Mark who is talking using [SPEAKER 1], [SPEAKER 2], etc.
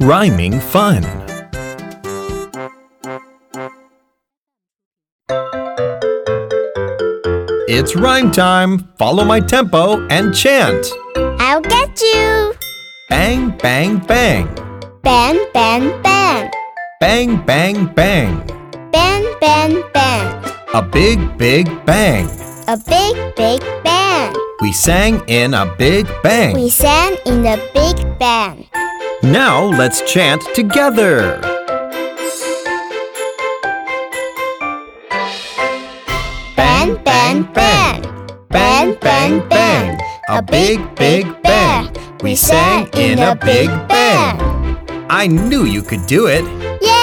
[SPEAKER 1] Rhyming fun. It's rhyme time. Follow my tempo and chant.
[SPEAKER 2] I'll get you.
[SPEAKER 1] Bang, bang, bang.
[SPEAKER 2] Bang, bang, bang.
[SPEAKER 1] Bang, bang, bang.
[SPEAKER 2] Bang, bang, bang.
[SPEAKER 1] A big, big bang.
[SPEAKER 2] A big, big bang.
[SPEAKER 1] We sang in a big bang.
[SPEAKER 2] We sang in the Big Bang.
[SPEAKER 1] Now let's chant together.
[SPEAKER 2] Bang, bang, bang. Bang, bang, bang.
[SPEAKER 1] A big, big bang. We sang in a big bang. I knew you could do it.
[SPEAKER 2] Yay!